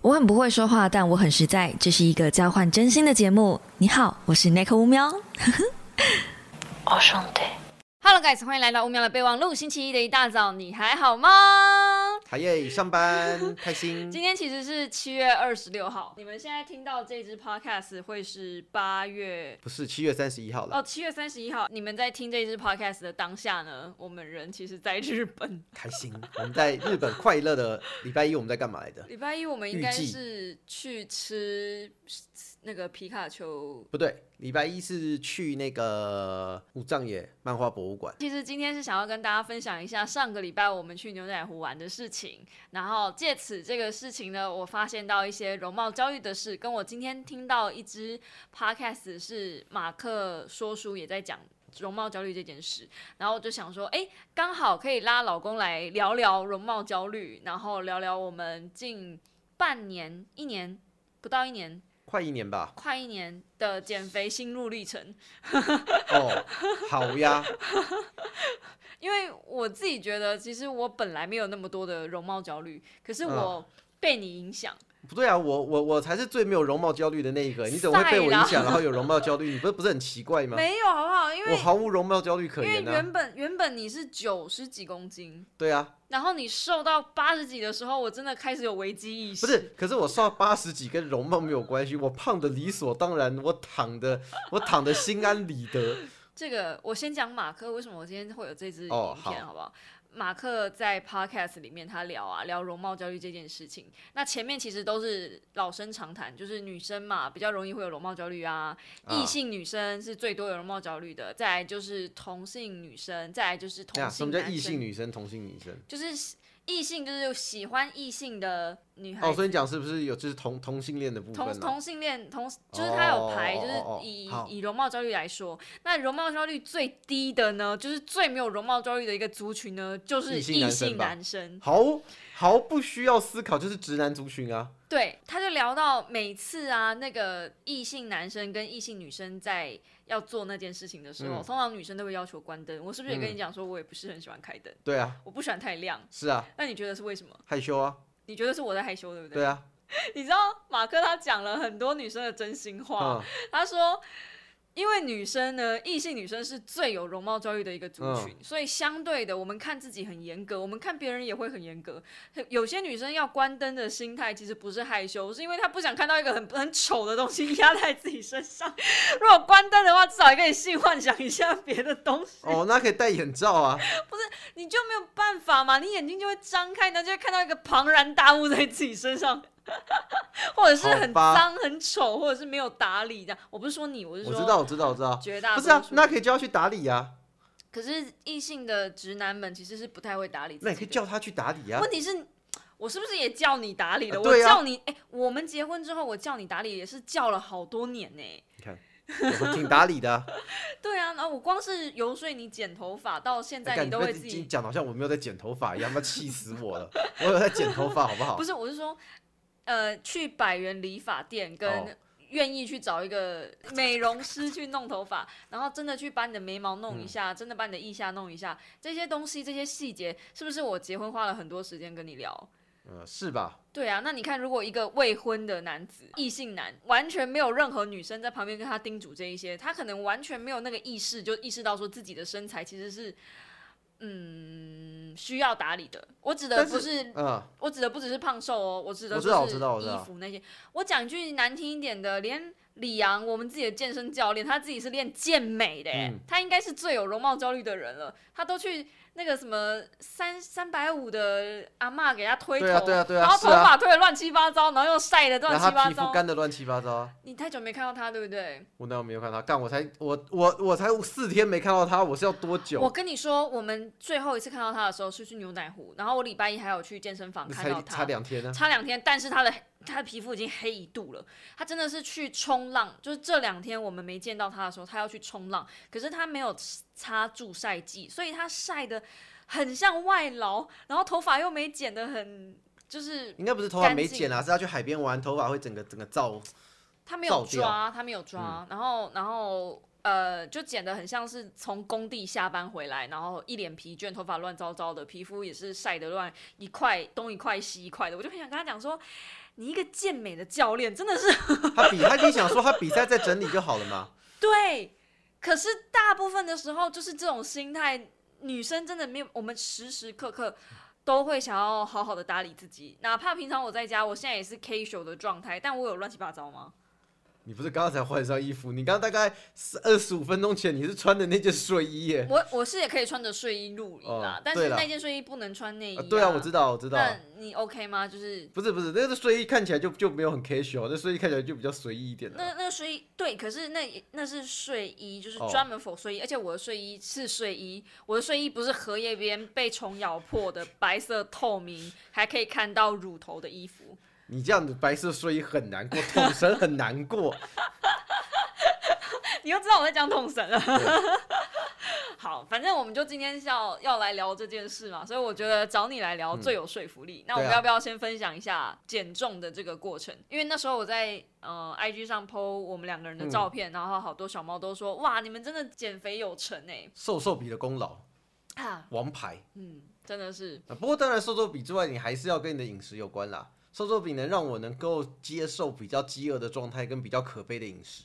我很不会说话，但我很实在。这是一个交换真心的节目。你好，我是 Nick 乌喵。我兄弟， Hello guys，欢迎来到五秒的备忘录。星期一的一大早，你还好吗？海燕上班开心。今天其实是七月二十六号，你们现在听到这支 podcast 会是八月不是七月三十一号了，哦，七月三十一号。你们在听这支 podcast 的当下呢，我们人其实在日本。开心。我们在日本快乐的礼拜一，我们在干嘛来的？礼拜一我们应该预计是去吃那个皮卡丘。不对，礼拜一是去那个武藏野漫画博物馆。其实今天是想要跟大家分享一下上个礼拜我们去牛仔湖玩的事情，然后借此这个事情呢，我发现到一些容貌焦虑的事，跟我今天听到一支 podcast 是马克说书也在讲。容貌焦虑这件事，然后我就想说，哎，刚好可以拉老公来聊聊容貌焦虑，然后聊聊我们近半年、一年不到一年、，快一年吧快一年的减肥心路历程。哦，好呀，因为我自己觉得，其实我本来没有那么多的容貌焦虑，可是嗯我被你影响。不对啊，我我我才是最没有容貌焦虑的那一个，你怎么会被我影响，然后有容貌焦虑？你不是不是很奇怪吗？没有好不好？因为嗯我毫无容貌焦虑可因为言啊。原本原本你是九十几公斤，对啊，然后你瘦到八十几的时候，我真的开始有危机意识。不是，可是我瘦到八十几跟容貌没有关系，我胖的理所当然，我躺的我躺的心安理得。这个，我先讲马克为什么我今天会有这支影哦片，好好不好？马克在 podcast 里面他聊啊聊容貌焦虑这件事情，那前面其实都是老生常谈，就是女生嘛比较容易会有容貌焦虑啊，啊异性女生是最多有容貌焦虑的，再来就是同性女生，再来就是呀，同什性么男叫生，异性女生、同性女生？就是异性就是喜欢异性的女孩哦，子，所以你讲是不是有就是同同性恋的部分哎啊同呢、同性恋同就是他有排，哦就是哦哦以好以容貌焦虑来说，那容貌焦虑最低的呢，就是最没有容貌焦虑的一个族群呢，就是异性异男生性吧男生。毫毫不需要思考，就是直男族群啊。对，他就聊到每次啊，那个异性男生跟异性女生在要做那件事情的时候，嗯通常女生都会要求关灯。我是不是也跟嗯你讲说，我也不是很喜欢开灯，对啊，我不喜欢太亮？是啊，那你觉得是为什么？害羞啊，你觉得是我在害羞，对不对？对啊，你知道马克他讲了很多女生的真心话，嗯，他说，因为女生呢，异性女生是最有容貌焦虑的一个族群，嗯所以相对的，我们看自己很严格，我们看别人也会很严格。有些女生要关灯的心态，其实不是害羞，是因为她不想看到一个很很丑的东西压在自己身上。如果关灯的话，至少也可以性幻想一下别的东西。哦，那可以戴眼 罩啊，你就没有办法嘛，你眼睛就会张开，那就会看到一个庞然大物在自己身上，或者是很好吧脏、很丑，或者是没有打理的。我不是说你，我是我说知道，我知道，我知道。绝大不多数是啊，那可以叫他去打理啊，可是异性的直男们其实是不太会打理自己的。那你可以叫他去打理啊问。题是，我是不是也叫你打理了？啊我对啊叫你，哎、我们结婚之后，我叫你打理也是叫了好多年呢、你看，我挺打理的、啊。对啊，然后我光是游说你剪头发，到 现在哎干你都不要会自自己己。讲得好像我没有在剪头发一样，他气死我了。我有在剪头发，好不好？不是，我是说，呃，去百元理发店跟哦愿意去找一个美容师去弄头发，然后真的去把你的眉毛弄一嗯下，真的把你的腋下弄一下，这些东西这些细节，是不是我结婚花了很多时间跟你聊？嗯，是吧？对啊，那你看，如果一个未婚的男子，异性男，完全没有任何女生在旁边跟他叮嘱这一些，他可能完全没有那个意识，就意识到说自己的身材其实是，嗯，需要打理的。我指的但是不是，嗯，我指的不只是胖瘦哦，我指的我不知是道我知道我知衣道服那些。我讲一句难听一点的，连李阳，我们自己的健身教练，他自己是练健美的耶、嗯他应该是最有容貌焦虑的人了。他都去那个什么三三百五的阿嬷给他推头，对啊对啊对啊然后是头啊发推的乱七八糟，然后又晒的然乱后七他八皮肤糟。干的乱七八糟啊。你太久没看到他，对不对？我哪有没有看到？干，我才我我我才四天没看到他，我是要多久？我跟你说，我们最后一次看到他的时候是去牛奶湖，然后我礼拜一还有去健身房那看到才他，差两天呢、差两天，但是他的 他的皮肤已经黑一度了。他真的是去冲浪，就是这两天我们没见到他的时候，他要去冲浪，可是他没有擦助晒剂，所以他晒的很像外劳，然后头发又没剪的很，就是应该不是头发没剪啊，是他去海边玩，头发会整个整个燥。他没有照掉嗯抓，他没有抓，然后然后。呃，就剪得很像是从工地下班回来，然后一脸疲倦，头发乱糟糟的，皮肤也是晒得乱，一块东一块西一块的。我就很想跟他讲说，你一个健美的教练真的是他比他就想说他比赛再整理就好了嘛。对，可是大部分的时候就是这种心态，女生真的没有，我们时时刻刻都会想要好好的打理自己，哪怕平常我在家，我现在也是 casual 的状态，但我有乱七八糟吗？你不是刚刚才换上衣服？你刚刚大概二十五分钟前你是穿的那件睡衣耶？我我是也可以穿着睡衣露营啦，嗯哦但对是啦那件睡衣不能穿内衣、啊，对啊，我知道。道，我知道。那你 OK 吗？就是不是不是，那个睡衣看起来就就没有很 casual，那睡衣看起来就比较随意一点啊那了。那睡衣对，可是那也那是睡衣，就是嗯哦专门否睡衣，而且我的睡衣是睡衣，我的睡衣不是荷叶边被虫咬破的白色透明，还可以看到乳头的衣服。 你这样子白色睡衣很难过，统神很难过。你又知道我在讲桶神了对。 好，反正我们就今天是要要来聊这件事嘛，所以我觉得找你来聊最有说服力。那我们嗯对啊要不要先分享一下减重的这个过程？因为那时候我在呃 IG 上 PO 我们两个人的嗯照片，然后好多小猫都说哇，你们真的减肥有成哎、瘦瘦比的功劳，啊，王牌。嗯，真的是，啊不过当然，瘦瘦比之外，你还是要跟你的饮食有关啦。瘦瘦比能让我能够接受比较饥饿的状态跟比较可悲的饮食。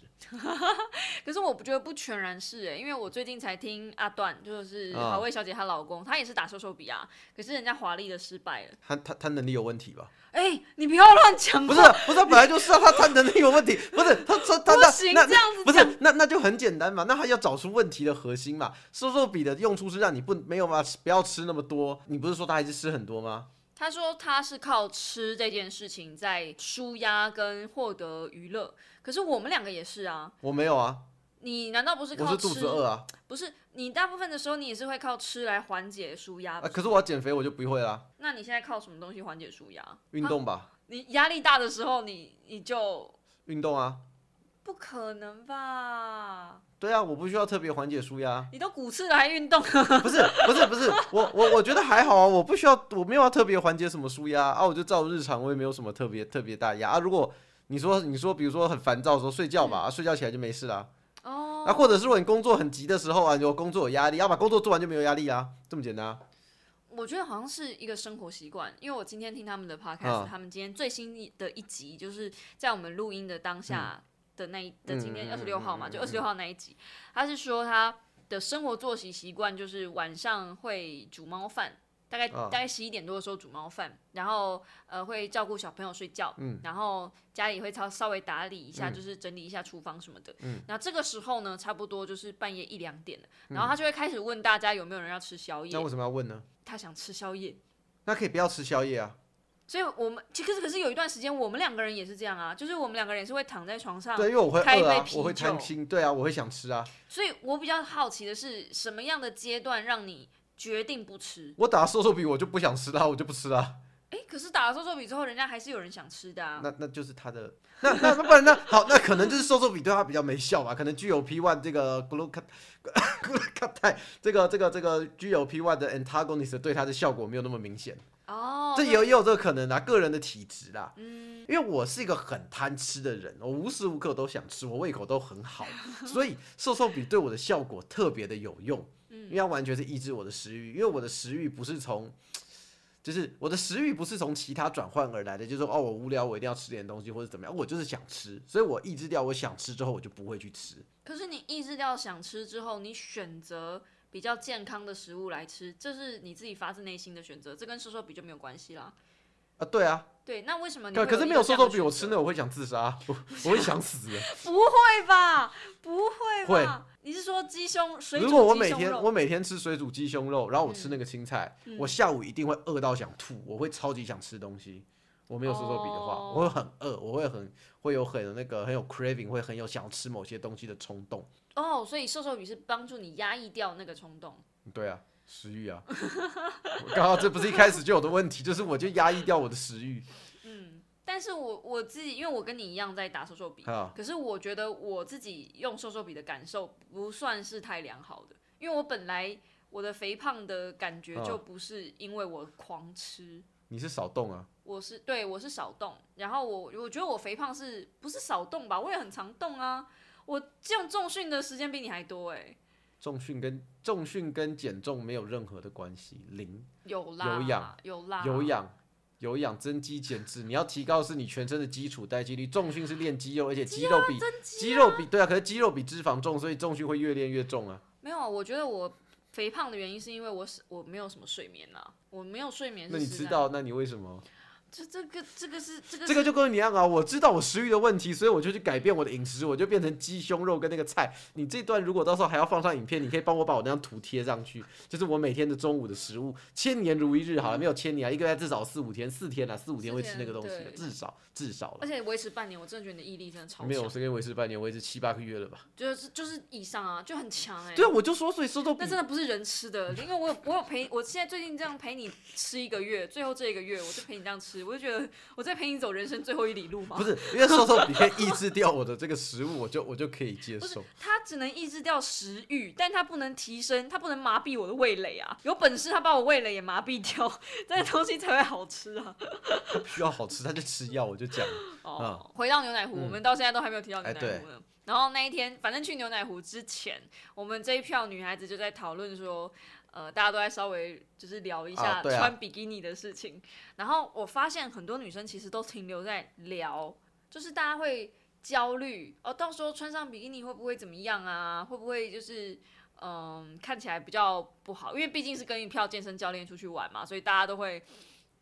可是我不觉得不全然是哎、因为我最近才听阿段，就是啊好味小姐她老公，他也是打瘦瘦比啊，可是人家华丽的失败了。他他他能力有问题吧？哎、你不要乱讲不话，是不是，他本来就是啊，他他能力有问题， 不是他他他不那行那这样子不讲是那那就很简单嘛，那他要找出问题的核心嘛。瘦瘦比的用处是让你不没有嘛，不要吃那么多。你不是说他还是吃很多吗？他说他是靠吃这件事情在舒压跟获得娱乐，可是我们两个也是啊。我没有啊，你难道不是我靠是吃？肚子饿啊不是，你大部分的时候你也是会靠吃来缓解舒压、啊！可是我要减肥，我就不会啦，那你现在靠什么东西缓解舒压？运动吧，你压力大的时候你，你就运动啊，不可能吧？对啊，我不需要特别缓解舒压。你都骨刺了还运动？ 不是不是不是，我我我觉得还好啊，我不需要，我没有要特别缓解什么舒压啊，我就照日常，我也没有什么特别特别大压啊。如果你说你说，比如说很烦躁的时候睡觉吧，啊睡觉起来就没事啦。哦、啊，或者是如果你工作很急的时候啊，你有工作有压力，要把工作做完就没有压力啊，这么简单啊。我觉得好像是一个生活习惯，因为我今天听他们的 podcast，、啊他们今天最新一的一集就是在我们录音的当下的那一、的今嗯嗯嗯天嗯二十六号嘛，嗯就二十六号那一集，他是说他的生活作息习惯就是晚上会煮猫饭。大概、啊大概十一点多的时候煮猫饭，然后呃会照顾小朋友睡觉，嗯然后家里会稍稍微打理一下，嗯就是整理一下厨房什么的。嗯那这个时候呢，差不多就是半夜一两点了，然后他就会开始问大家有没有人要吃宵夜那，为什么要问呢？他想吃宵夜，那可以不要吃宵夜啊。所以我们其实可是有一段时间，我们两个人也是这样啊，就是我们两个人也是会躺在床上对，。因为我会开一饿杯啊，啤我会酒贪心，对啊，我会想吃啊。所以我比较好奇的是，什么样的阶段让你决定不吃？我打瘦瘦比我就不想吃啦，我就不吃啦。哎，可是打了瘦瘦笔之后，人家还是有人想吃的啊。那那就是他的，那那那不然那好，那可能就是瘦瘦比对他比较没效吧，可能 GLP one 这个 glucat glucat 这个这个这个 GLP one 的 antagonist 对他的效果没有那么明显，哦，这也有也有这个可能啦，个人的体质啦。嗯，因为我是一个很贪吃的人，我无时无刻都想吃，我胃口都很好， 所以瘦瘦比对我的效果特别的有用。嗯因为它完全是抑制我的食欲，因为我的食欲不是从，就是我的食欲不是从其他转换而来的，就是说哦，我无聊，我一定要吃点东西或者怎么样，我就是想吃，所以我抑制掉我想吃之后，我就不会去吃。可是你抑制掉想吃之后，你选择比较健康的食物来吃，这是你自己发自内心的选择，这跟瘦瘦笔就没有关系啦。啊，对啊，对，那为什么你可会可是没有有瘦瘦比我吃呢？那，我会想自杀，我 我会想死。不会吧？不会吧？你是说鸡胸水煮如果我鸡每胸天肉嗯我每天吃水煮鸡胸肉，然后我吃那个青菜，我下午一定会饿到想吐，我会超级想吃东西。我没有瘦瘦比的话，哦我会很饿，我会很会有很那个很有 craving，会很有想要吃某些东西的冲动。哦，所以瘦瘦笔是帮助你压抑掉那个冲动。对啊，食欲啊， 我刚好这不是一开始就有的问题，就是我就压抑掉我的食欲。嗯，但是我我自己，因为我跟你一样在打瘦瘦笔，啊可是我觉得我自己用瘦瘦笔的感受不算是太良好的，因为我本来我的肥胖的感觉啊就不是因为我狂吃。你是少动啊，我是对我是少动，然后我我觉得我肥胖是不是少动吧？我也很常动啊，我这样重训的时间比你还多哎、重训跟重训跟减重没有任何的关系，零有啦，有氧有啦，有氧有氧增肌减脂，你要提高的是你全身的基础代谢率，重训是练肌肉，而且肌肉比、肌肉比对啊，可是肌肉比脂肪重，所以重训会越练越重啊。没有啊，我觉得我肥胖的原因是因为我是我没有什么睡眠啊，我没有睡眠是那你实知在道，那你为什么？这这个这个是这个这个是就跟你一样啊，我知道我食欲的问题，所以我就去改变我的饮食，我就变成鸡胸肉跟那个菜。你这段如果到时候还要放上影片，你可以帮我把我那张图贴上去，就是我每天的中午的食物，千年如一日好了，没有千年啊，一个月至少四五天，四天啊，四五天会吃那个东西四的，天对至少至少而了。且维持半年，我真的觉得你的毅力真的超强，没有，我是跟维持半年，维持七八个月了吧？就是就是以上啊，就很强哎、对啊，我就说，所以说都比那真的不是人吃的，因为我有我有陪，我现在最近这样陪你吃一个月，最后这一个月我就陪你这样吃，我就觉得我在陪你走人生最后一里路嘛。不，是，因为瘦瘦你可以抑制掉我的这个食物，我就我就可以接受。它只能抑制掉食欲，但它不能提升，它不能麻痹我的味蕾啊。有本事它把我味蕾也麻痹掉， 这东西才会好吃啊。它不需要好吃，他就吃药，我就讲了。哦，回到牛奶湖，我们到现在都还没有提到牛奶嗯哎对湖呢。然后那一天，反正去牛奶湖之前，我们这一票女孩子就在讨论说，呃，大家都在稍微就是聊一下啊对啊穿比基尼的事情。然后我发现很多女生其实都停留在聊，就是大家会焦虑哦，到时候穿上比基尼会不会怎么样啊？会不会就是？嗯，看起来比较不好，因为毕竟是跟一票健身教练出去玩嘛，所以大家都会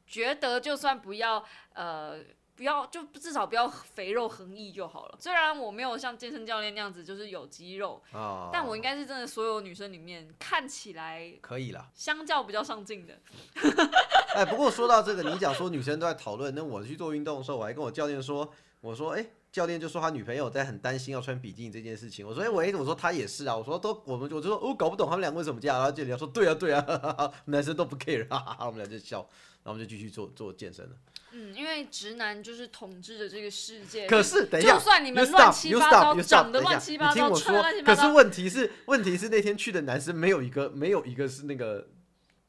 觉得，就算不要呃不要就至少不要肥肉横溢就好了。虽然我没有像健身教练那样子就是有肌肉，啊，但我应该是真的所有女生里面看起来可以啦。相较比较上镜的。哎，不过说到这个，你讲说女生都在讨论，那我去做运动的时候，我还跟我教练说，我说，哎，教练就说他女朋友在很担心要穿比基尼这件事情。我说，哎，我哎，我说他也是啊，我说都，我们我就说，我、哦搞不懂他们俩为什么这样。然后就聊说，对啊，对啊， 哈哈哈男生都不 care，哈哈哈我们俩就笑，然后我们就继续做做健身了。嗯，因为直男就是统治着这个世界。可是等一下，就算你们 you 乱 stop, 七 you 八 stop, 糟 you stop, 长得等一下乱七八你听糟我穿得乱七说，八可是糟问题是，问题是那天去的男生没有一个，没有一个是那个，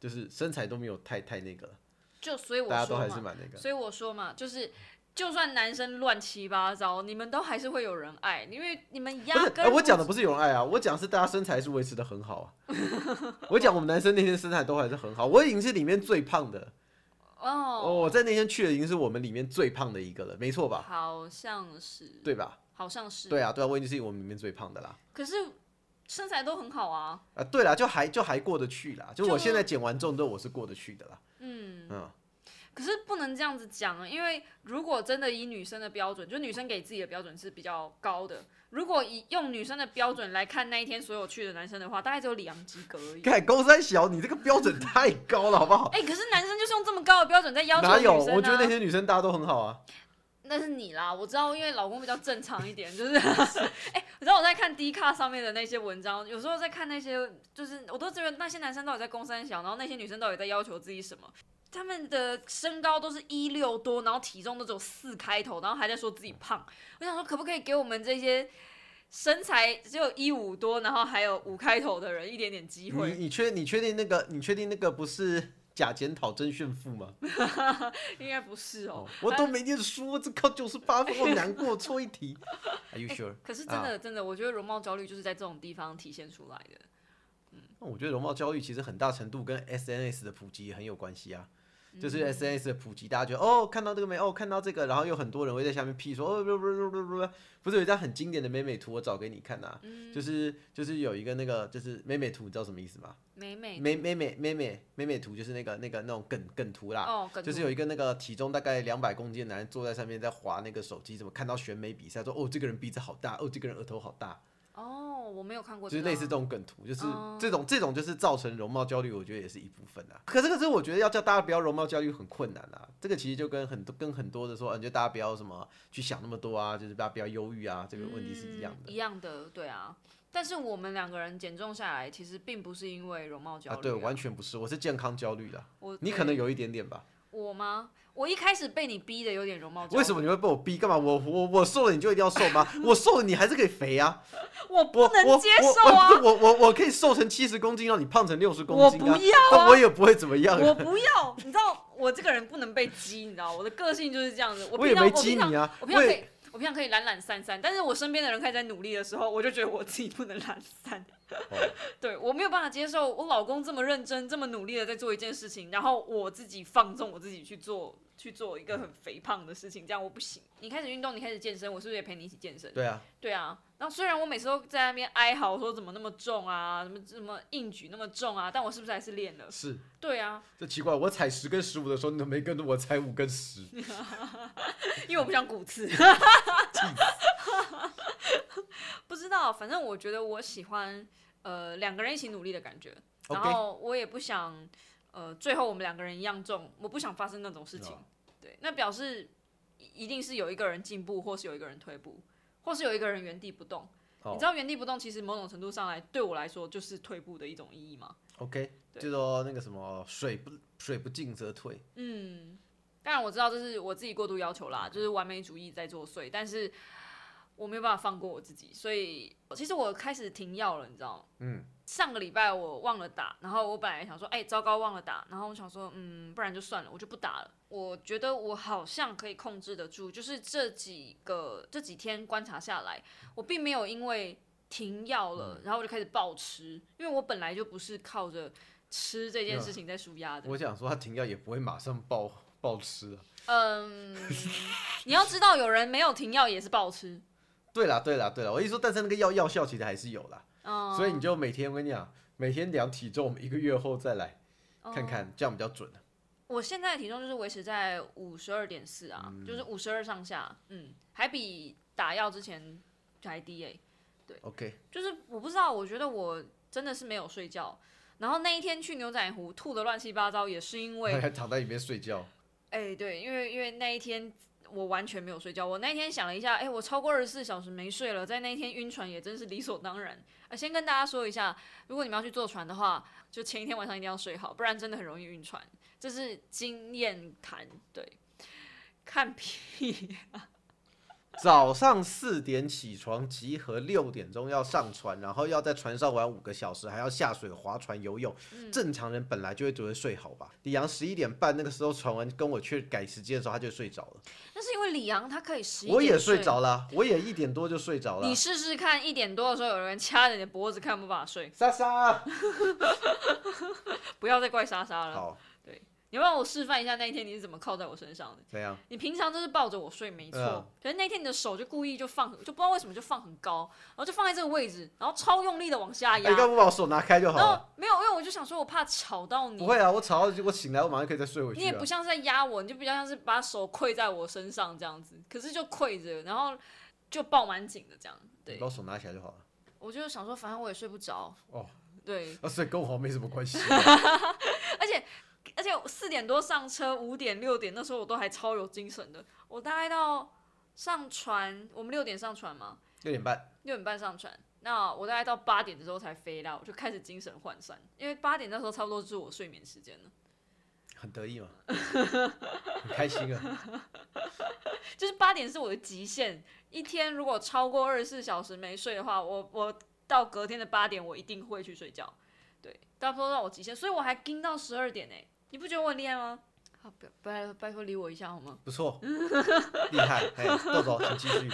就是身材都没有太太那个，就所以我大家都说还嘛，是蛮那个。所以我说嘛，就是。就算男生乱七八糟，你们都还是会有人爱，因为你们不压是，根、哎，我讲的不是有人爱啊，我讲的是大家身材是维持的 很好啊。我讲我们男生那天身材都还是很好，我已经是里面最胖的。哦，哦，我在那天去的已经是我们里面最胖的一个了，没错吧？好像是，对吧？好像是，对啊，对啊，我已经是我们里面最胖的啦。可是身材都很好啊，啊，对啦，就还就还过得去啦，就就我现在减完重之后，我是过得去的啦。嗯，嗯，可是不能这样子讲啊，因为如果真的以女生的标准，就女生给自己的标准是比较高的，如果以用女生的标准来看那一天所有去的男生的话，大概只有李阳及格而已。看高三小，你这个标准太高了，好不好？哎、可是男生就是用这么高的标准在要求哪女生、有？啊、我觉得那些女生大家都很好啊。那是你啦，我知道，因为老公比较正常一点，就是，哎、你知道我在看 D 卡上面的那些文章，有时候在看那些，就是我都觉得那些男生到底在公三小，然后那些女生到底在要求自己什么？他们的身高都是一六多，然后体重都只有四开头，然后还在说自己胖。我想说，可不可以给我们这些身材只有一五多，然后还有五开头的人一点点机你会？你确你确定那个你确定那个不是假检讨真炫富 吗？应该不是哦哦，我都没念书，我只考九十八分，我难过，错一题。Are you 哎 sure？可是真啊的，真的，我觉得容貌焦虑就是在这种地方体现出来的。那我觉得容貌焦虑其实很大程度跟 SNS 的普及很有关系啊。就是嗯 SNS 的普及，大家觉得哦，看到这个没？哦，看到这个，然后有很多人会在下面 P 说哦，不不不不不不，不是有一张很经典的美美图，我找给你看啊，嗯就是就是有一个那个就是美美图，你知道什么意思吗？美美美美美美美美美图就是那个那个那种梗梗图啦，哦，梗就是图有一个那个体重大概两百公斤的男人坐在上面在划那个手机，怎么看到选美比赛说哦这个人鼻子好大，哦这个人额头好大，哦，我没有看过就这是个啊，类似这种梗图，就是哦这种这种就是造成容貌焦虑，我觉得也是一部分啊。可是可是我觉得要叫大家不要容貌焦虑很困难啊，这个其实就跟很多跟很多的说，啊，你就大家不要什么去想那么多啊，就是大家不要忧郁啊，这个问题是一样嗯的。一样的，对啊。但是我们两个人减重下来，其实并不是因为容貌焦啊虑、，对，完全不是，我是健康焦虑的。我你对可能有一点点吧，我吗？我一开始被你逼的有点容貌焦虑， 为什么你会被我逼？干嘛？我我我瘦了你就一定要瘦 吗？我瘦了你还是可以肥啊！我我不能我接受啊？我我我我我可以瘦成七十公斤，让你胖成六十公我斤、啊，不要啊我也不会怎么样、我啊。不要，你知道我这个人不能被激，你知道我的个性就是这样子。我也平常没我激平常你啊，我平常可也以，我平常可以懒懒散散，但是我身边的人开始在努力的时候，我就觉得我自己不能懒散。哦 对我没有办法接受我老公这么认真、这么努力的在做一件事情，然后我自己放纵我自己去做去做一个很肥胖的事情，这样我不行。你开始运动，你开始健身，我是不是也陪你一起健身？对啊，对啊，然后虽然我每次都在那边哀嚎说怎么那么重啊，怎么怎么硬举那么重啊，但我是不是还是练了？是对啊，这奇怪，我踩十跟十五的时候，你都没跟着我踩五 跟十，因为我不想骨刺。 不知道，反正我觉得我喜欢呃两个人一起努力的感觉，然 OK 后我也不想呃最后我们两个人一样重，我不想发生那种事情。哦对，那表示一一定是有一个人进步，或是有一个人退步，或是有一个人原地不动。哦你知道原地不动，其实某种程度上来对我来说就是退步的一种意义吗？ OK，对就说那个什么水不水不进则退，嗯，当然我知道这是我自己过度要求啦，就是完美主义在作祟，但是我没有办法放过我自己，所以其实我开始停药了，你知道吗？嗯，上个礼拜我忘了打，然后我本来想说，哎、糟糕，忘了打，然后我想说，嗯，不然就算了，我就不打了。我觉得我好像可以控制得住，就是这几个这几天观察下来，我并没有因为停药了，然后我就开始暴吃，因为我本来就不是靠着吃这件事情在舒压的。我想说他啊停药也不会马上暴暴吃啊。嗯，你要知道，有人没有停药也是暴吃。对啦对啦对啦，我一说，但是那个药药效其实还是有啦，嗯，所以你就每天我跟你讲，每天量体重，我们一个月后再来哦看看，这样比较准啊。我现在的体重就是维持在五十二点四啊，嗯就是五十二上下，嗯，还比打药之前还低诶、 OK，就是我不知道，我觉得我真的是没有睡觉。然后那一天去牛仔湖吐的乱七八糟，也是因为还躺在里面睡觉，哎、对，因为因为那一天我完全没有睡觉，我那一天想了一下，哎、我超过二十四小时没睡了，在那一天晕船也真是理所当然。呃，先跟大家说一下，如果你们要去坐船的话，就前一天晚上一定要睡好，不然真的很容易晕船，这是经验谈。对，看屁， 早上四点起床，集合六点钟要上船，然后要在船上玩五个小时，还要下水划船游泳。嗯正常人本来就会只会睡好吧？李阳十一点半那个时候传完跟我去改时间的时候，他就睡着了。那是因为李阳他可以十一我也点睡着了，我也一点多就睡着了你。试试看，一点多的时候有人掐着你的脖子，看不把睡，莎莎，不要再怪莎莎了。好，你要让我示范一下那一天你是怎么靠在我身上的。怎样？你平常就是抱着我睡没错，嗯可是那天你的手就故意就放，就不知道为什么就放很高，然后就放在这个位置，然后超用力的往下哎压，你干嘛不把我手拿开就好然后了？没有，因为我就想说我怕吵到哦你，不会啊，我吵到我醒来，我马上可以再睡回去、啊。你也不像是在压我，你就比较像是把手跪在我身上这样子，可是就跪着，然后就抱蛮紧的这样，对你把我手拿起来就好了。我就想说反正我也睡不着，哦， 对，啊，所以跟我好像没什么 关系。而且。而且四点多上车，五点六点那时候我都还超有精神的。我大概到上船，我们六点上船嘛，六点半，六点半上船，那我大概到八点的时候才飞到，我就开始精神涣散，因为八点那时候差不多就是我睡眠时间了，很得意嘛，很开心啊。就是八点是我的极限，一天如果超过二十四小时没睡的话，我我到隔天的八点我一定会去睡觉，对，差不多到我极限，所以我还盯到十二点呢、欸你不觉得我很厉害吗？好，不要拜拜托理我一下好吗？不错，厉害。哎，豆豆，请继续。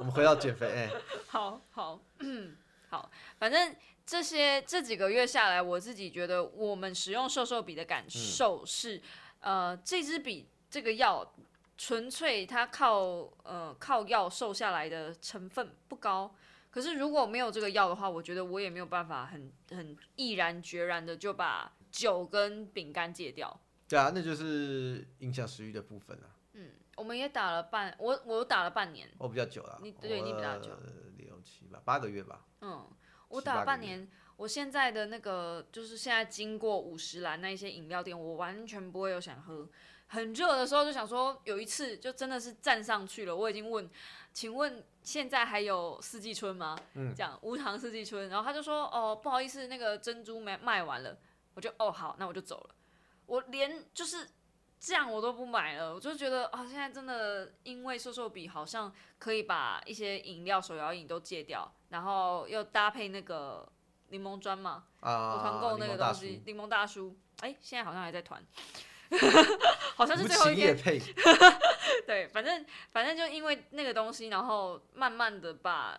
我们回到减肥。哎，好好，嗯，好，反正这些这几个月下来，我自己觉得我们使用瘦瘦笔的感受是，呃，这支笔这个药纯粹它靠呃靠药瘦下来的成分不高。可是如果没有这个药的话，我觉得我也没有办法很很毅然决然的就把酒跟饼干戒掉。对啊，那就是影响食欲的部分啊。嗯，我们也打了半，我我打了半年，哦我比较久了，你对你比较久我呃六七八八个月吧。嗯，我七打了八个半月年，我现在的那个就是现在经过五十兰那一些饮料店，我完全不会有想喝。很热的时候就想说，有一次就真的是站上去了，我已经问，请问现在还有四季春吗？嗯这样无糖四季春，然后他就说，哦，不好意思，那个珍珠没卖完了，我就哦好，那我就走了。我连就是这样我都不买了，我就觉得啊、现在真的因为瘦瘦笔好像可以把一些饮料、手摇饮都戒掉，然后又搭配那个柠檬砖嘛，我团啊，购那个柠檬大东叔西，柠檬大叔，哎、现在好像还在团， 好像我是们最后请一叶天，配，对，反正反正就因为那个东西，然后慢慢的把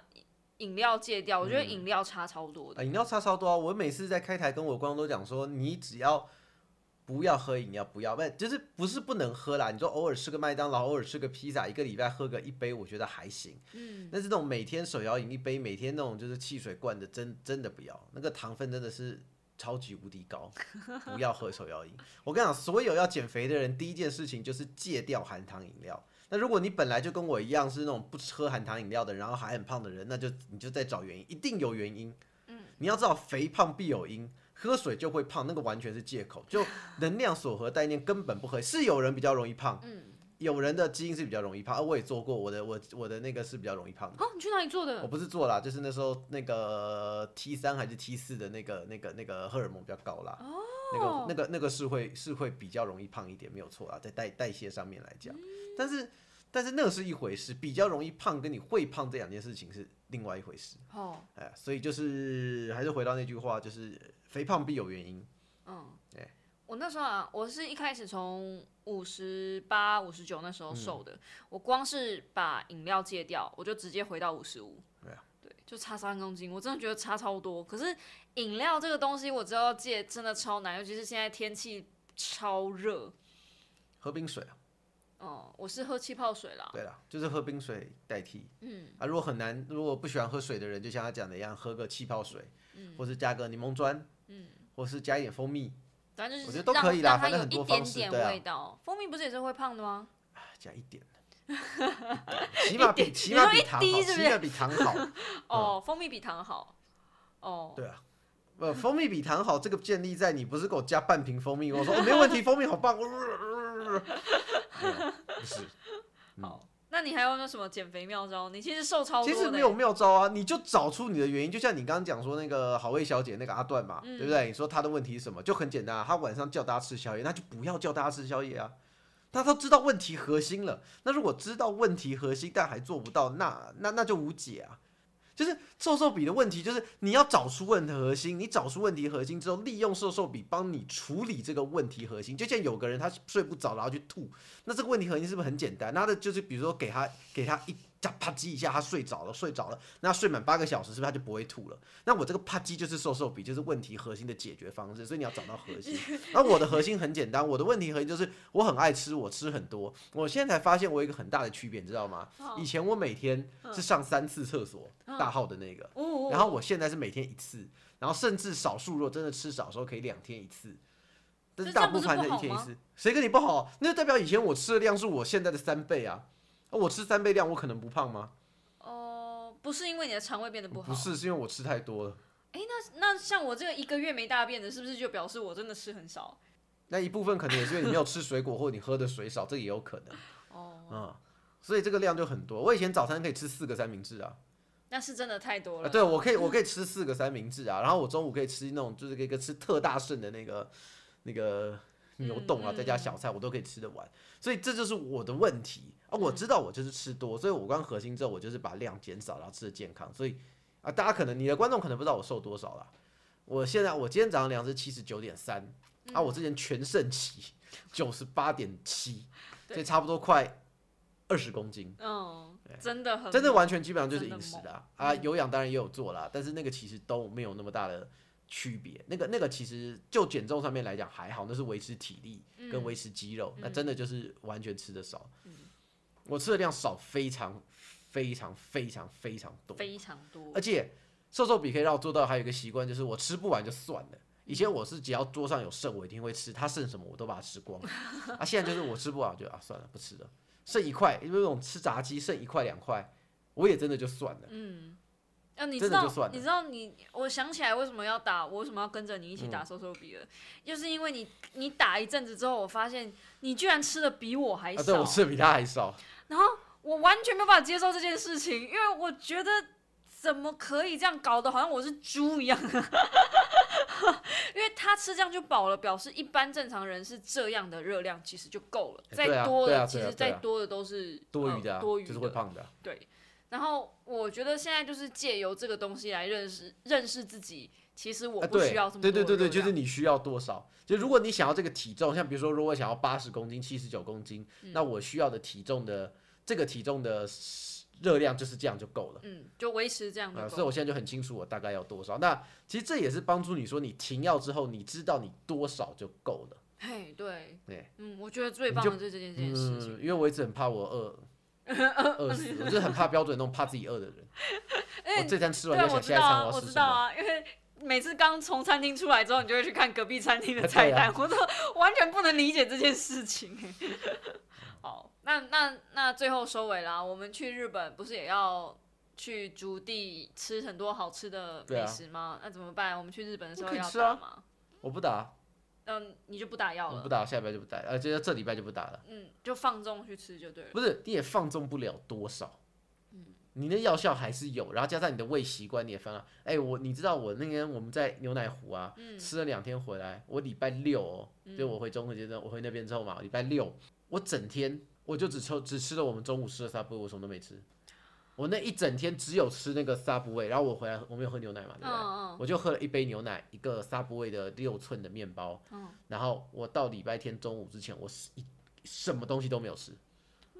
饮料戒掉，我觉得嗯饮啊料差超多的，啊饮料差超多啊！我每次在开台跟我观众都讲说，你只要不要喝饮料，不要，不就是不是不能喝啦。你说偶尔吃个麦当劳，偶尔吃个披萨，一个礼拜喝个一杯，我觉得还行。嗯，但是那种每天手摇饮一杯，每天那种就是汽水灌的，真真的不要，那个糖分真的是超级无敌高，不要喝手摇饮。我跟你讲，所有要减肥的人，第一件事情就是戒掉含糖饮料。那如果你本来就跟我一样是那种不喝含糖饮料的，然后还很胖的人，那就你就再找原因，一定有原因。嗯，你要知道肥胖必有因，喝水就会胖，那个完全是借口， 就能量所合概念根本不合。是有人比较容易胖，嗯，有人的基因是比较容易胖，啊，我也做过，我的我我的那个是比较容易胖的。哦，你去哪里做我的？不是做啦，就是那时候那个 T 三还是 T 四的那个那个那个荷尔蒙比较高啦，哦那个那个那个是会是会比较容易胖一点，没有错啦，在代代谢上面来嗯讲，但是但是那个是一回事，比较容易胖跟你会胖这两件事情是另外一回事，哦，哎，所以就是还是回到那句话，就是肥胖必有原因，嗯，对我那时候啊，我是一开始从五十八、五十九那时候瘦嗯的，我光是把饮料戒掉，我就直接回到五十五。对啊对，就差三公斤，我真的觉得差超多。可是饮料这个东西，我知道要戒真的超难，尤其是现在天气超热。喝冰水啊，哦、我是喝气泡水啦。对啦，就是喝冰水代替嗯啊，如果很难，如果不喜欢喝水的人，就像他讲的一样，喝个气泡水，或是加个柠檬砖，嗯，或是加一点蜂蜜。反正就我是觉让得都可以啦让它反正有很一多点方式点对啊味道。蜂蜜不是也是会胖的吗？加一点，起码比起码比糖你说好，一滴是不是起码比糖好，哦，蜂蜜比糖好。哦，嗯对啊。呃，蜂蜜比糖好，这个建立在你不是给我加半瓶蜂蜜，我说、哦、没问题，蜂蜜好棒，呃不是，好，那你还有那什么减肥妙招？你其实瘦超多其的、欸实没有妙招啊，你就找出你的原因，就像你刚刚讲说那个好味小姐那个阿段嘛，嗯对不对？你说她的问题是什么？就很简单啊，她晚上叫大家吃宵夜，那就不要叫大家吃宵夜啊。大家都知道问题核心了，那如果知道问题核心但还做不到，那那那就无解啊。就是瘦瘦比的问题，就是你要找出问题核心，你找出问题核心之后，利用瘦瘦比帮你处理这个问题核心。就像有个人他睡不着，然后去吐，那这个问题核心是不是很简单？那他的就是比如说给他给他一啪啪叽一下，他睡着了，睡着了，那睡满八个小时是不是他就不会吐了？那我这个啪叽就是瘦瘦比，就是问题核心的解决方式，所以你要找到核心。那我的核心很简单，我的问题核心就是我很爱吃，我吃很多。我现在才发现我有一个很大的区别，你知道吗？以前我每天是上三次厕所，大号的那个，哦，然后我现在是每天一次，然后甚至少数如果真的吃少的时候可以两天一次，但是这大样部不是分不还是一好天一吗次。谁跟你不好？那就代表以前我吃的量是我现在的三倍啊。啊我吃三倍量，我可能不胖吗？哦、不是因为你的肠胃变得不好，不是，是因为我吃太多了。那像我这个一个月没大便的，是不是就表示我真的吃很少？那一部分可能也是因为你没有吃水果，或者你喝的水少，这也有可能。哦，嗯，所以这个量就很多。我以前早餐可以吃四个三明治啊，那是真的太多啊了。对我可以我可以吃四个三明治啊，然后我中午可以吃那种就是一个吃特大盛的那个那个牛冻啊，嗯再加小菜，我都可以吃得完。所以这就是我的问题啊，我知道我就是吃多，所以我刚核心之后，我就是把量减少，然后吃的健康。所以啊，大家可能你的观众可能不知道我瘦多少啦。我现在我今天早上量是七十九点三，啊，我之嗯前全盛期九十八点七，所以差不多快二十公斤。嗯，真的很真的完全基本上就是真的饮食猛嗯的啊，啊有氧当然也有做啦，但是那个其实都没有那么大的区别。那个那个其实就减重上面来讲还好，那是维持体力嗯跟维持肌肉，那真的就是完全吃的少。我吃的量少非常非常非常非常多，非常多而。且瘦瘦比可以让我做到还有一个习惯，就是我吃不完就算了。以前我是只要桌上有剩，我一定会吃，它剩什么我都把它吃光。啊，现在就是我吃不完，我就啊算了，不吃了，剩一块，因为那种吃炸鸡剩一块两块，我也真的就算了。嗯，啊，你知真的就道算，了你知道你，我想起来为什么要打，我为什么要跟着你一起嗯打收收比了，就是因为你，你打一阵子之后，我发现你居然吃的比我还啊，少。嗯对我吃的比他还少，然后我完全没有办法接受这件事情，因为我觉得怎么可以这样搞得好像我是猪一样？因为他吃这样就饱了，表示一般正常人是这样的热量其实就够了，哎对啊再多的、对啊其对啊实对再啊多的都是多呃余的、啊，多余的就是会胖的啊、对，然后我觉得现在就是借由这个东西来认识认识自己，其实我啊，不对需要这么多对对对对，热就是量嗯你需要多少？就如果你想要这个体重，像比如说，如果想要八十公斤、七十九公斤，嗯那我需要的体重的这个体重的热量就是这样就够了。嗯，就维持这样啊，的、所以我现在就很清楚我大概要多少。那其实这也是帮助你说，你停药之后，你知道你多少就够了。嘿，对，对，嗯，我觉得最你棒就的就是这件件事情嗯，。因为我一直很怕 我饿。饿死，我就是很怕标准那种怕自己饿的人。 哎我这餐吃完对，就我想知下一道啊，餐要我知吃什道么。啊，因为每次刚从餐厅出来之后，你就会去看隔壁餐厅的 对菜啊单，我都完全不能理解这件事情。哎好，那那那最后收尾啦，我们去日本不是也要去竹地吃很多好吃的对美啊食吗？那怎么办？我们去日本的时候可以要吃打啊吗？我不打，啊嗯，你就不打药我了不，打，下礼拜就不打，呃，这这礼拜就不打了。嗯，就放纵去吃就对了。不是，你也放纵不了多少。嗯你的药效还是有，然后加上你的胃习惯，你也翻了。哎、我你知道我那天我们在牛奶湖啊，嗯吃了两天回来，我礼拜六哦，就我回中和街那我回那边之后嘛，礼拜六我整天我就只吃只吃了我们中午吃的 Subway，我什么都没吃。我那一整天只有吃那个 Subway，然后我回来我没有喝牛奶嘛，对不对？嗯嗯我就喝了一杯牛奶，一个 Subway 的六寸的面包，然后我到礼拜天中午之前，我是一什么东西都没有吃。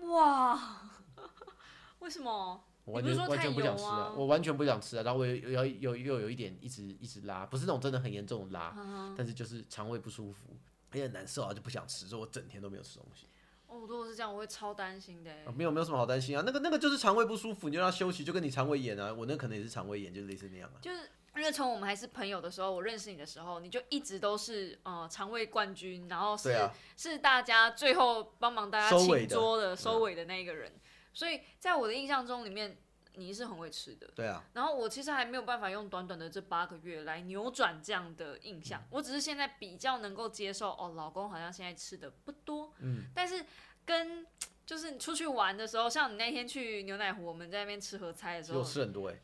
哇， 为什么？我完你不是全说完太全不油想吃吗啊！我完全不想吃啊！然后我又又要又又有一点一直一直拉，不是那种真的很严重的拉，嗯但是就是肠胃不舒服，有点难受啊，就不想吃，所以我整天都没有吃东西。哦，如果是这样，我会超担心的欸。啊没有没有什么好担心啊，那个那个就是肠胃不舒服，你就让它休息，就跟你肠胃炎啊，我那可能也是肠胃炎，就是类似那样啊。就是因为从我们还是朋友的时候，我认识你的时候，你就一直都是呃肠胃冠军，然后是、对啊是大家最后帮忙大家收清尾的啊桌的收尾的那一个人，所以在我的印象中里面，你是很会吃的。对啊，然后我其实还没有办法用短短的这八个月来扭转这样的印象，嗯我只是现在比较能够接受哦，老公好像现在吃的不多，嗯，但是跟就是出去玩的时候，像你那天去牛奶湖，我们在那边吃合菜的时所以候我，吃很多哎、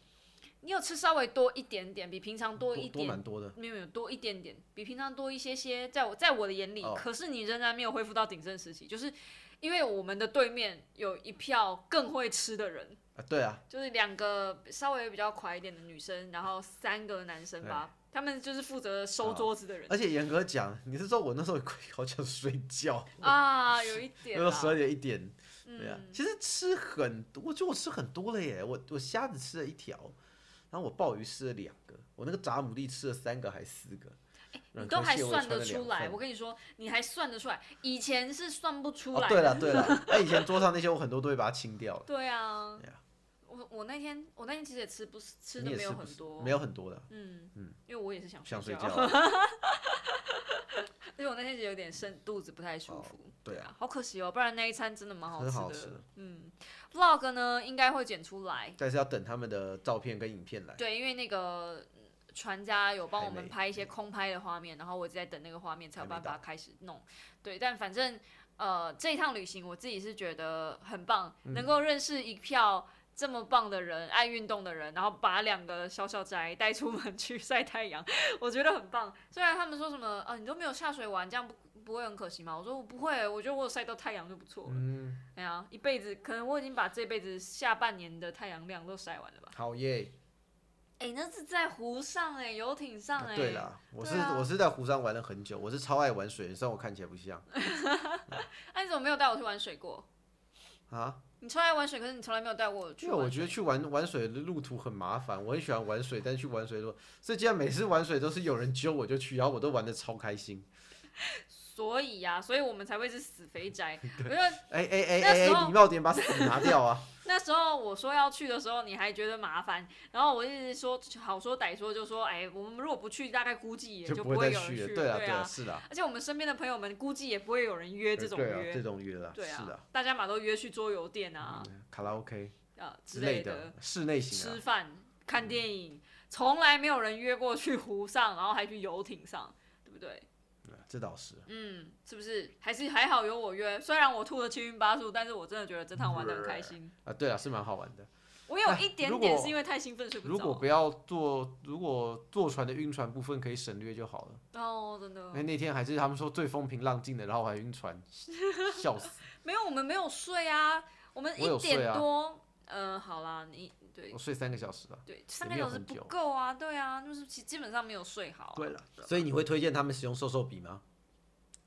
你有吃稍微多一点点，比平常多一多多点蛮多的。没有没有多一点点，比平常多一些些，在我在我的眼里，哦可是你仍然没有恢复到鼎盛时期，就是因为我们的对面有一票更会吃的人，啊，对啊，就是两个稍微比较快一点的女生，然后三个男生吧，他们就是负责啊收桌子的人、而且严格讲，你是说我那时候 好想睡觉，啊，有一那点时候十啦，二点一点，对啊，嗯，其实吃很多，我觉得我吃很多了耶，我我虾子吃了一条，然后我鲍鱼吃了两个，我那个炸牡蛎吃了三个还是四个，哎你软都壳还蟹我也算穿得了两出来，份我跟你说，你还算得出来，以前是算不出哦来，对了对 了，那以前桌上那些我很多都会把它清掉了，对啊对啊，我我那天我那天其实也吃不吃的你也没是有不很是多，没有很多的，嗯因为我也是想想睡觉，觉 而啊，且我那天其实有点身肚子不太舒服，对啊啊，好可惜哦，不然那一餐真的蛮很好吃的吃，嗯，vlog 呢应该会剪出来，但是要等他们的照片跟影片来，对，因为那个嗯船家有帮我还们没嗯拍一些空拍的画面，然后我一直在等那个画面才有还没办法到开始弄。对，但反正呃，这一趟旅行我自己是觉得很棒，嗯能够认识一票。这么棒的人，爱运动的人，然后把两个小小宅带出门 去晒太阳，我觉得很棒。虽然他们说什么，呃，你都没有下水玩，这样不不会很可惜吗？我说我不会，我觉得我有晒到太阳就不错了。嗯，哎呀，一辈子可能我已经把这辈子下半年的太阳量都晒完了吧。好耶，哎、那是在湖上哎、游艇上哎、啊对啦，我是对啊我是在湖上玩了很久，我是超爱玩水的，虽然我看起来 不像那、啊你怎么没有带我去玩水过？啊，你超爱玩水，可是你从来没有带我去因为我玩觉水。得去玩玩水的路途很麻烦，我很喜欢玩水，但去玩水的路，所以既然每次玩水都是有人揪我就去，然后我都玩的超开心。所以呀、所以我们才会是死肥 宅。我觉得哎哎哎那哎时候哎，礼貌点把死拿掉啊！那时候我说要去的时候，你还觉得麻烦，然后我一直说好说歹说，就说哎、我们如果不去，大概估 计也就不不会有再人去了。去。对啊，对对啊，是的，而且我们身边的朋友们估计也不会有人约这种对啊，这约。种约啦，对啊，是的，大家嘛都约去桌游店啊，卡拉 OK 啊之之类的的，室内型吃啊，饭、看电影，从来没有人约过去湖上，然后还去游艇上，对不对？这倒是。嗯，是不是？还是还好有我约，虽然我吐的七晕八素，但是我真的觉得这趟玩的很开心。啊，对啊，是蛮好玩的。我有那一点如点果是因为太兴奋睡不着。如果不要坐，如果坐船的晕船部分可以省略就好了。哦，真的哎，那天还是他们说最风平浪静的，然后我还 晕船，笑死！没有，我们没有睡啊，我们我一有睡啊点多。嗯、好啦，你对我睡三个小时啊。对，三个没有小时很不久够啊，对啊，就是基基本上没有睡好、啊。了，所以你会推荐他们使用瘦瘦笔吗？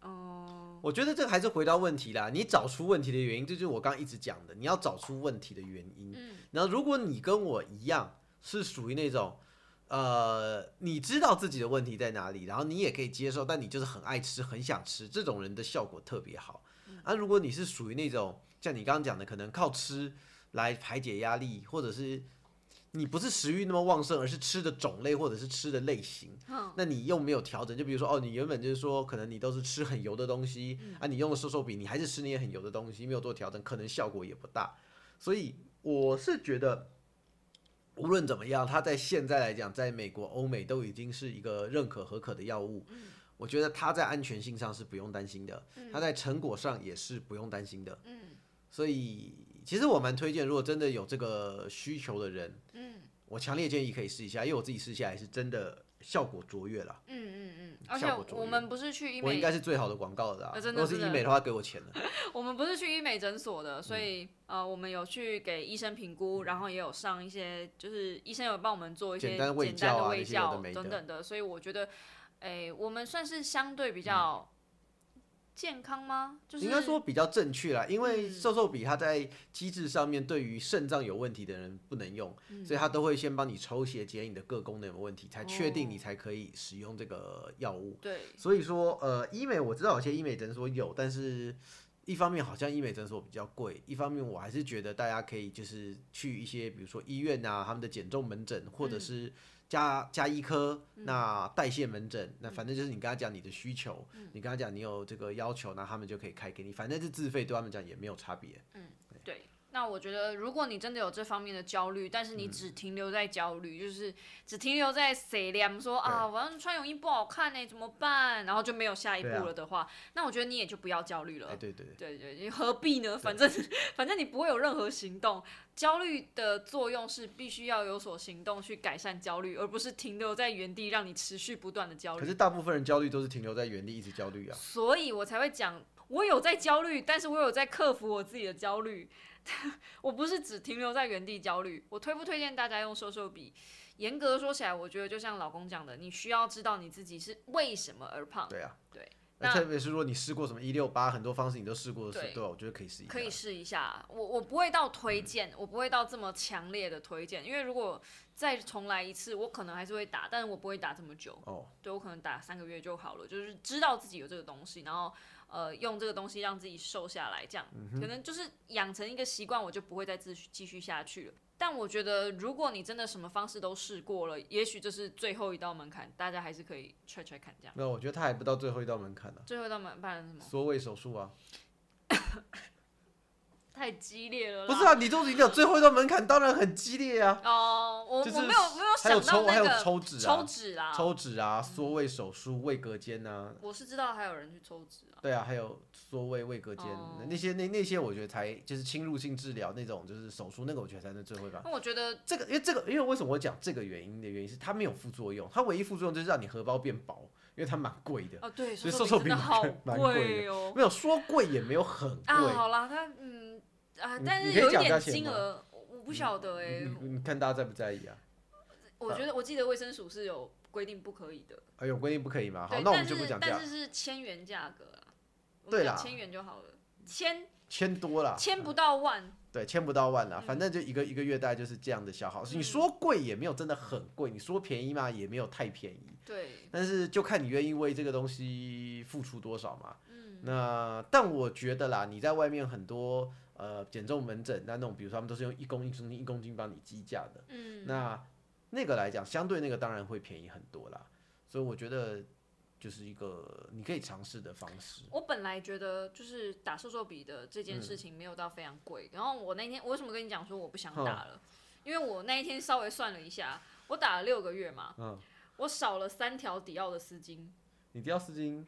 嗯、我觉得这个还是回到问题啦，你找出问题的原因，这就是我刚刚一直讲的，你要找出问题的原因。嗯，然后如果你跟我一样是属于那种，呃，你知道自己的问题在哪里，然后你也可以接受，但你就是很爱吃，很想吃，这种人的效果特别好。啊，如果你是属于那种像你刚刚讲的，可能靠吃来排解压力，或者是你不是食欲那么旺盛，而是吃的种类或者是吃的类型，嗯那你又没有调整，就比如说哦，你原本就是说可能你都是吃很油的东西，啊，你用了瘦瘦笔，你还是吃那些很油的东西，没有做调整，可能效果也不大。所以我是觉得，无论怎么样，它在现在来讲，在美国、欧美都已经是一个认可合可的药物。我觉得它在安全性上是不用担心的，它在成果上也是不用担心的。嗯所以其实我蛮推荐，如果真的有这个需求的人，嗯我强烈建议可以试一下，因为我自己试下来是真的效果卓越了。嗯嗯嗯，而且效果卓越我们不是去医我应美该是最好的广告了啦、呃真如的果是真的医美的话，给我钱了。我们不是去医美诊所嗯的，所以、呃，我们有去给医生评估，然后也有上一些，就是医生有帮我们做一些简简单单的的胃胃教啊那些有教的没的等等的，所以我觉得，哎、我们算是相对比较健康吗？就是嗯应该说比较正确啦，因为嗯瘦瘦笔它在机制上面对于肾脏有问题的人不能用，嗯所以它都会先帮你抽血检你的各功能有没有问题，才确哦定你才可以使用这个药物。对，所以说，呃，医美我知道有些医美诊所有，但是一方面好像医美诊所比较贵，一方面我还是觉得大家可以就是去一些比如说医院啊，他们的减重门诊，或嗯者是加加医科那代谢门诊，嗯那反正就是你跟他讲你的需求，你跟他讲你有这个要求，那他们就可以开给你，反正是自费，对他们讲也没有差别。对，那我觉得，如果你真的有这方面的焦虑，但是嗯你只停留在焦虑，就是只停留在谁凉说啊，我要穿泳衣不好看呢、怎么办？然后就没有下一步对啊了的话，那我觉得你也就不要焦虑了。哎，对对对，对对，你何必呢？反正反正你不会有任何行动。焦虑的作用是必须要有所行动去改善焦虑，而不是停留在原地让你持续不断的焦可是虑。大部分人焦虑都是停留在原地，一直焦虑啊。所以我才会讲，我有在焦虑，但是我有在克服我自己的焦虑。 我不是只停留在原地焦虑。我推不推荐大家用瘦瘦笔？严格说起来，我觉得就像老公讲的，你需要知道你自己是为什么而胖，对啊，对那那特别是如果你试过什么一六八，很多方式你都试过的，对对吧？啊嗯我觉得可以试一下。可以试一下。我我不会到推荐，我不会到这么强烈的推荐，因为如果再重来一次，我可能还是会打，但是我不会打这么久。哦，对我可能打三个月就好了，就是知道自己有这个东西，然后呃用这个东西让自己瘦下来，这样、嗯可能就是养成一个习惯，我就不会再继续继续下去了。但我觉得，如果你真的什么方式都试过了，也许这是最后一道门槛，大家还是可以 try try 看这样。那我觉得他还不到最后一道门槛呢、啊最后一道门槛是什么？缩胃手术啊，太激烈了啦！不 是啊，你都已经有最后一道门槛，当然很激烈啊。哦，我、就是我没有没有还有想到抽还那有个抽脂啊抽脂嗯啦，抽脂啊，缩胃手术、胃隔间啊，我是知道还有人去抽脂啊，对啊，还有缩胃、胃隔间、哦那些那那些，我觉得才就是侵入性治疗那种，就是手术那个，我觉得才是最后一道。那我觉得这个，因为这个，因为为什么我讲这个原因的原因是它没有副作用，它唯一副作用就是让你荷包变薄，因为它蛮贵的。哦对，所以瘦瘦饼真的饼好蛮贵的哦没有说贵也没有很贵，啊，好啦，他嗯啊，你但你是可以有一讲价点钱金吗额，我我不晓得哎、嗯你你看大家在不在意啊？我觉得我记得卫生署是有规定不可以的，哎呦，规定不可以嘛？好，对，那我但们就不是讲价但，是是千元价格啊，我对们讲啦啊千元就好了，千千多啦，千不嗯到万，对，千不到万啦，反正就一个一个月大概就是这样的消耗。嗯你说贵也没有真的很贵，你说便宜嘛也没有太便宜，对，但是就看你愿意为这个东西付出多少嘛。嗯，那但我觉得啦，你在外面很多呃减重门诊，那那种比如说他们都是用一公斤一公斤帮你计价的，嗯，那那个来讲，相对那个当然会便宜很多啦。所以我觉得就是一个你可以尝试的方式。我本来觉得就是打瘦瘦笔的这嗯件事情没有到非常贵，然后我那天我为什么跟你讲说我不想打了？因为我那一天稍微算了一下，我打了六个月嘛，嗯我少了三条迪奥的丝巾，你迪奥丝巾，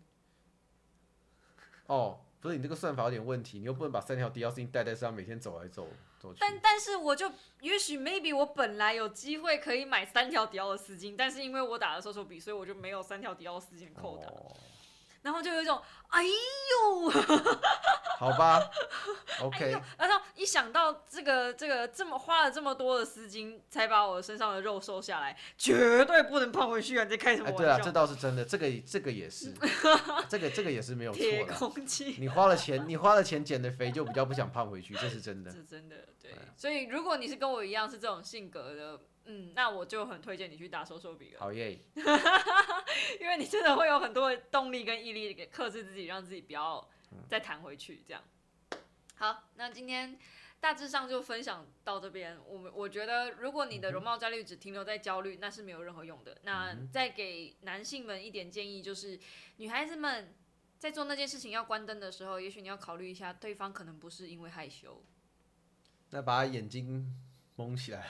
哦，不是你这个算法有点问题，你又不能把三条迪奥丝巾带在身上，每天走来走走去。但但是我就也许 maybe 我本来有机会可以买三条迪奥的丝巾，但是因为我打了瘦瘦笔，所以我就没有三条迪奥丝巾的扣打，啊哦然后就有一种哎呦，好吧，OK，然后一想到这个这个这么花了这么多的丝巾才把我身上的肉瘦下来，绝对不能胖回去啊！你在开什么哎，玩对啊，笑？这倒是真的，这个这个 也是，这个这个也是没有错铁的。公 鸡，你花了钱，你花了钱减的肥，就比较不想胖回去，这是真的。这真的对对啊。所以如果你是跟我一样是这种性格的，嗯，那我就很推荐你去打瘦瘦笔了，好耶，因为你真的会有很多的动力跟毅力给克制自己，让自己不要嗯再弹回去这样。好，那今天大致上就分享到这边。我们我觉得，如果你的容貌焦虑只停留在焦虑，那是没有任何用的。那嗯嗯哼再给男性们一点建议，就是女孩子们在做那件事情要关灯的时候，也许你要考虑一下，对方可能不是因为害羞，那把眼睛蒙起来，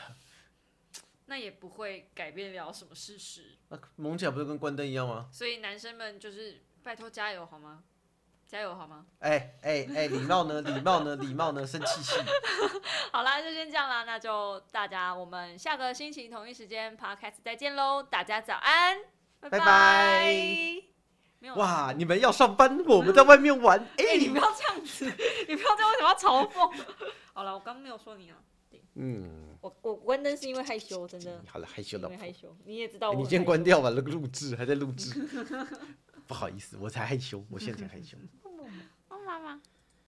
那也不会改变了什么事实。那啊蒙起来不是跟关灯一样吗？所以男生们就是拜托加油好吗？加油好吗？哎哎哎，礼貌呢？礼貌呢？礼貌呢？生气气。好啦，就先这样啦，那就大家我们下个星期同一时间 podcast 再见喽，大家早安，拜拜拜没有啦，哇，你们要上班，我们在外面玩。哎、哎、你不要这样子，你不要这样，为什么要嘲讽？ 好了，我刚没有说你啊，嗯，我我关灯是因为害羞，真的，好了，害羞因了为。害羞，你也知道我、哎你先关，掉吧，那个录制 还在录制。不好意思，我才害羞，我现在才害羞。哦妈妈。